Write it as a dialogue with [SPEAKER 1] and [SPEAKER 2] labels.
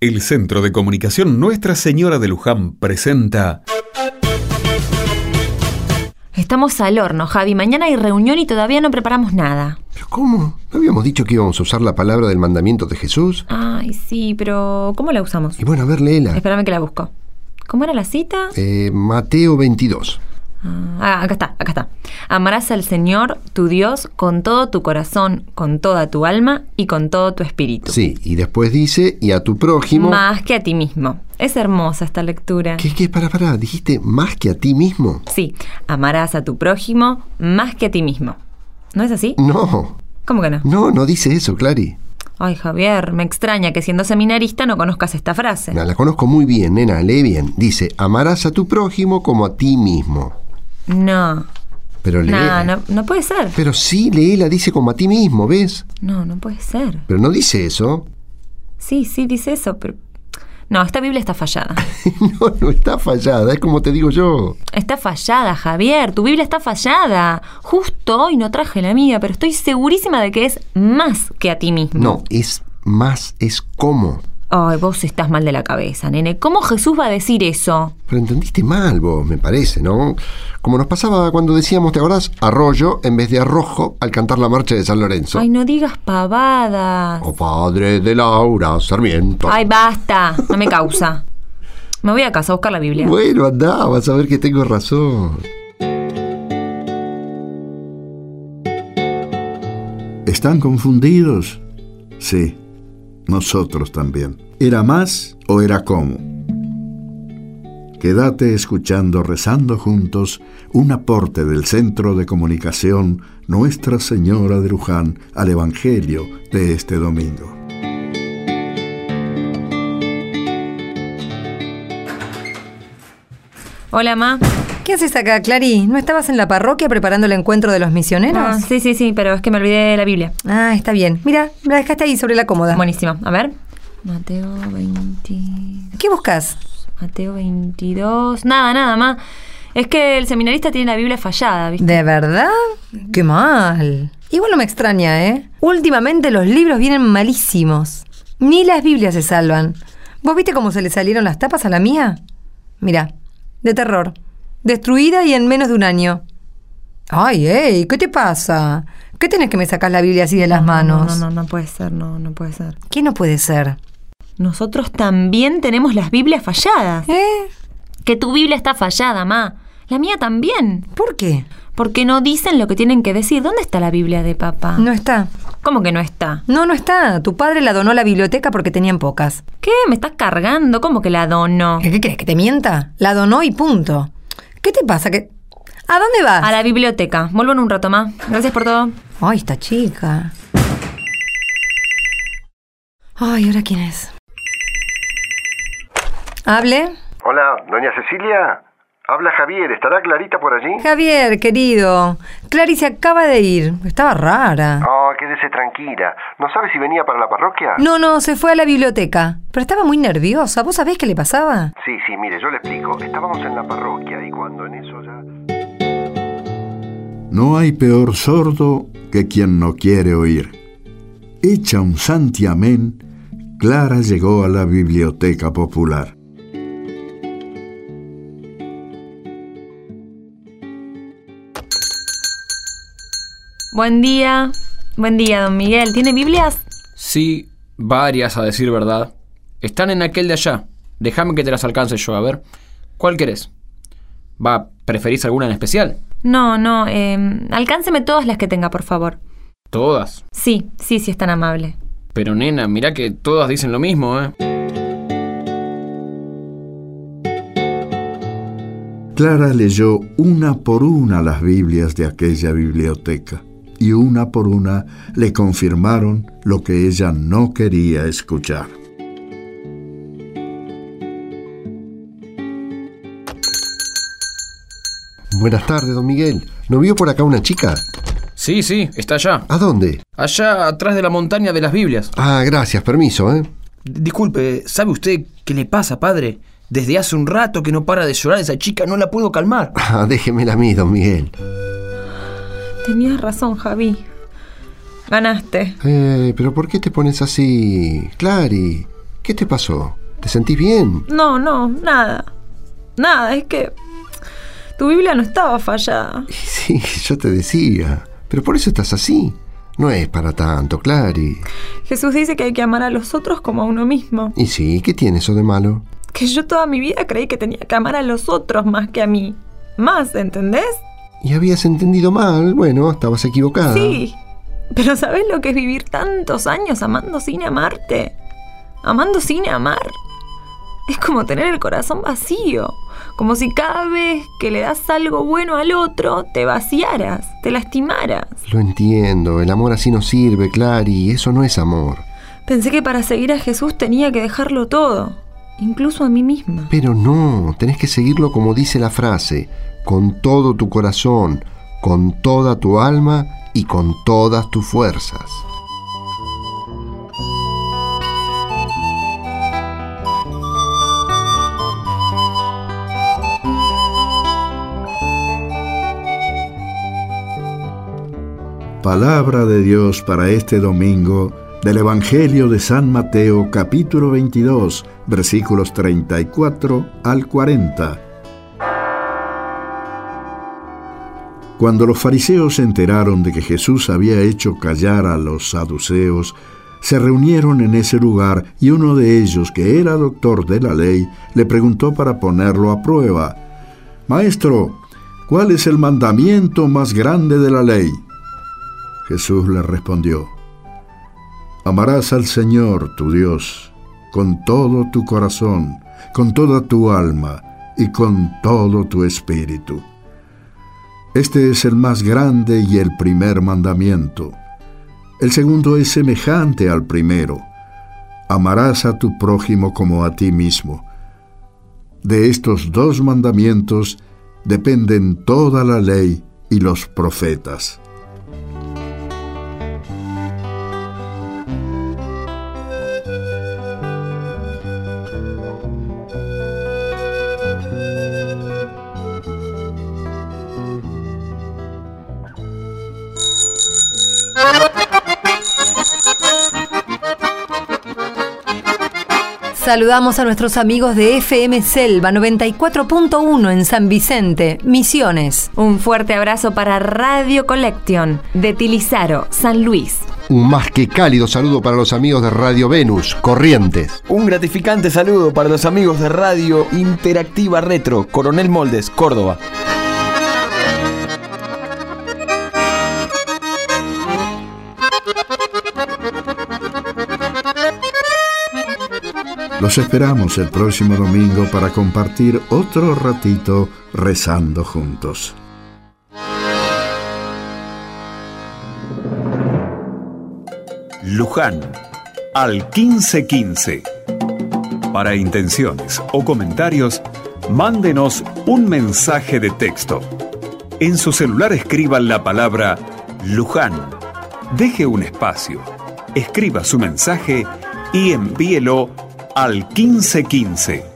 [SPEAKER 1] El Centro de Comunicación Nuestra Señora de Luján presenta
[SPEAKER 2] Estamos al horno, Javi. Mañana hay reunión y todavía no preparamos nada.
[SPEAKER 3] ¿Pero cómo? ¿No habíamos dicho que íbamos a usar la palabra del mandamiento de Jesús?
[SPEAKER 2] Ay, sí, pero ¿cómo la usamos?
[SPEAKER 3] Y bueno, a ver, léela.
[SPEAKER 2] Espérame que la busco. ¿Cómo era la cita?
[SPEAKER 3] Eh, Mateo 22.
[SPEAKER 2] Ah, acá está, acá está. Amarás al Señor, tu Dios, con todo tu corazón, con toda tu alma y con todo tu espíritu.
[SPEAKER 3] Sí, y después dice, y a tu prójimo...
[SPEAKER 2] Más que a ti mismo. Es hermosa esta lectura.
[SPEAKER 3] ¿Qué, qué? Pará, pará. ¿Dijiste más que a ti mismo?
[SPEAKER 2] Sí, amarás a tu prójimo más que a ti mismo. ¿No es así?
[SPEAKER 3] No,
[SPEAKER 2] ¿Cómo que no?
[SPEAKER 3] no, no dice eso, Clary.
[SPEAKER 2] Ay, Javier, me extraña que siendo seminarista no conozcas esta frase.
[SPEAKER 3] No, la conozco muy bien, nena, lee bien. Dice, amarás a tu prójimo como a ti mismo.
[SPEAKER 2] No,
[SPEAKER 3] Pero
[SPEAKER 2] no,
[SPEAKER 3] léela.
[SPEAKER 2] no, no puede ser.
[SPEAKER 3] Pero sí, léela, dice como a ti mismo, ¿ves?
[SPEAKER 2] No, no puede ser.
[SPEAKER 3] Pero no dice eso.
[SPEAKER 2] Sí, sí, dice eso, pero... No, esta Biblia está fallada.
[SPEAKER 3] no, no está fallada, es como te digo yo.
[SPEAKER 2] Está fallada, Javier. Tu Biblia está fallada. Justo hoy no traje la mía, pero estoy segurísima de que es más que a ti mismo.
[SPEAKER 3] No, es más, es como.
[SPEAKER 2] Ay, vos estás mal de la cabeza, nene. ¿Cómo Jesús va a decir eso?
[SPEAKER 3] Pero entendiste mal vos, me parece, ¿no? Como nos pasaba cuando decíamos, ¿te acordás? Arroyo en vez de arrojo al cantar la marcha de San Lorenzo.
[SPEAKER 2] Ay, no digas pavadas.
[SPEAKER 3] Oh, padre de Laura Sarmiento.
[SPEAKER 2] Ay, basta. No me causa. Me voy a casa a buscar la Biblia.
[SPEAKER 3] bueno, andá, vas a ver que tengo razón.
[SPEAKER 4] ¿Están confundidos? Sí, nosotros también. ¿Era más o era cómo? Quédate escuchando, rezando juntos, un aporte del Centro de Comunicación Nuestra Señora de Luján al Evangelio de este domingo.
[SPEAKER 2] Hola, ma.
[SPEAKER 5] ¿Qué haces acá, Clary? ¿No estabas en la parroquia preparando el encuentro de los misioneros?
[SPEAKER 2] Ah, sí, sí, sí, pero es que me olvidé de la Biblia.
[SPEAKER 5] Ah, está bien. Mira, la dejaste ahí sobre la cómoda.
[SPEAKER 2] Buenísimo. A ver. Mateo 20.
[SPEAKER 5] ¿Qué buscas?
[SPEAKER 2] Mateo 22. Nada, nada más. Es que el seminarista tiene la Biblia fallada, ¿viste?
[SPEAKER 5] ¿De verdad? ¡Qué mal! Igual no me extraña, ¿eh? Últimamente los libros vienen malísimos. Ni las Biblias se salvan. ¿Vos viste cómo se le salieron las tapas a la mía? Mira, de terror. Destruida y en menos de un año. Ay, ey, ¿qué te pasa? ¿Qué tenés que me sacás la Biblia así de las manos?
[SPEAKER 2] No, no, no, no puede ser, no, no puede ser.
[SPEAKER 5] ¿Qué no puede ser?
[SPEAKER 2] Nosotros también tenemos las Biblias falladas.
[SPEAKER 5] ¿Eh?
[SPEAKER 2] Que tu Biblia está fallada, ma. La mía también.
[SPEAKER 5] ¿Por qué?
[SPEAKER 2] Porque no dicen lo que tienen que decir. ¿Dónde está la Biblia de papá?
[SPEAKER 5] No está.
[SPEAKER 2] ¿Cómo que no está?
[SPEAKER 5] No, no está. Tu padre la donó a la biblioteca porque tenían pocas.
[SPEAKER 2] ¿Qué? ¿Me estás cargando? ¿Cómo que la dono?
[SPEAKER 5] ¿Qué, qué crees? ¿Que te mienta? La donó y punto. ¿Qué te pasa? ¿Qué... ¿A dónde vas?
[SPEAKER 2] A la biblioteca. Vuelvo en un rato, ma. Gracias por todo.
[SPEAKER 5] Ay, esta chica. Ay, ¿ahora quién es? ¿Hable?
[SPEAKER 6] Hola, doña Cecilia. Habla Javier, ¿estará Clarita por allí?
[SPEAKER 5] Javier, querido. Clary se acaba de ir. Estaba rara.
[SPEAKER 6] Oh, quédese tranquila. ¿No sabe si venía para la parroquia?
[SPEAKER 5] No, no, se fue a la biblioteca. Pero estaba muy nerviosa. ¿Vos sabés qué le pasaba?
[SPEAKER 6] Sí, sí, mire, yo le explico. Estábamos en la parroquia y cuando en eso ya...
[SPEAKER 4] No hay peor sordo que quien no quiere oír. Hecha un santiamén, Clara llegó a la biblioteca popular.
[SPEAKER 2] Buen día. Buen día, don Miguel. ¿Tiene Biblias?
[SPEAKER 7] Sí, varias a decir verdad. Están en aquel de allá. Déjame que te las alcance yo, a ver. ¿Cuál querés? ¿Va, preferís alguna en especial?
[SPEAKER 2] No, no. eh, alcánceme todas las que tenga, por favor.
[SPEAKER 7] Todas.
[SPEAKER 2] Sí, sí, sí, es tan amable.
[SPEAKER 7] Pero nena, mirá que todas dicen lo mismo, ¿eh?
[SPEAKER 4] Clara leyó una por una las Biblias de aquella biblioteca y una por una le confirmaron lo que ella no quería escuchar.
[SPEAKER 3] Buenas tardes, don Miguel. ¿No vio por acá una chica?
[SPEAKER 7] Sí, sí, está allá.
[SPEAKER 3] ¿A dónde?
[SPEAKER 7] Allá atrás de la montaña de las Biblias.
[SPEAKER 3] Ah, gracias, permiso, ¿eh?
[SPEAKER 7] D- Disculpe, ¿sabe usted qué le pasa, padre? Desde hace un rato que no para de llorar esa chica, no la puedo calmar.
[SPEAKER 3] Ah, déjemela a mí, don Miguel.
[SPEAKER 2] Tenías razón, Javi. Ganaste.
[SPEAKER 3] Eh, pero ¿por qué te pones así, Clary? ¿Qué te pasó? ¿Te sentís bien?
[SPEAKER 2] No, no, nada. Nada, es que tu Biblia no estaba fallada.
[SPEAKER 3] Sí, yo te decía. Pero por eso estás así. No es para tanto, Clary.
[SPEAKER 2] Jesús dice que hay que amar a los otros como a uno mismo.
[SPEAKER 3] Y sí, ¿qué tiene eso de malo?
[SPEAKER 2] Que yo toda mi vida creí que tenía que amar a los otros más que a mí. Más, ¿entendés?
[SPEAKER 3] Y habías entendido mal, bueno, estabas equivocada.
[SPEAKER 2] Sí. Pero ¿sabés lo que es vivir tantos años amando sin amarte? Amando sin amar. Es como tener el corazón vacío. Como si cada vez que le das algo bueno al otro, te vaciaras, te lastimaras.
[SPEAKER 3] Lo entiendo, el amor así no sirve, Clary, eso no es amor.
[SPEAKER 2] Pensé que para seguir a Jesús tenía que dejarlo todo, incluso a mí misma.
[SPEAKER 3] Pero no, tenés que seguirlo como dice la frase, con todo tu corazón, con toda tu alma y con todas tus fuerzas.
[SPEAKER 4] Palabra de Dios para este domingo del Evangelio de San Mateo capítulo 22 versículos 34 al 40. Cuando los fariseos se enteraron de que Jesús había hecho callar a los saduceos, se reunieron en ese lugar y uno de ellos, que era doctor de la ley, le preguntó para ponerlo a prueba, Maestro, ¿cuál es el mandamiento más grande de la ley? Jesús le respondió, Amarás al Señor tu Dios con todo tu corazón, con toda tu alma y con todo tu espíritu. Este es el más grande y el primer mandamiento. El segundo es semejante al primero. Amarás a tu prójimo como a ti mismo. De estos dos mandamientos dependen toda la ley y los profetas.
[SPEAKER 5] Saludamos a nuestros amigos de FM Selva 94.1 en San Vicente, Misiones.
[SPEAKER 2] Un fuerte abrazo para Radio Collection de Tilizaro, San Luis.
[SPEAKER 3] Un más que cálido saludo para los amigos de Radio Venus, Corrientes.
[SPEAKER 7] Un gratificante saludo para los amigos de Radio Interactiva Retro, Coronel Moldes, Córdoba.
[SPEAKER 4] Los esperamos el próximo domingo para compartir otro ratito rezando juntos.
[SPEAKER 1] Luján, al 1515. Para intenciones o comentarios, mándenos un mensaje de texto. En su celular escriban la palabra Luján. Deje un espacio. Escriba su mensaje y envíelo al 1515.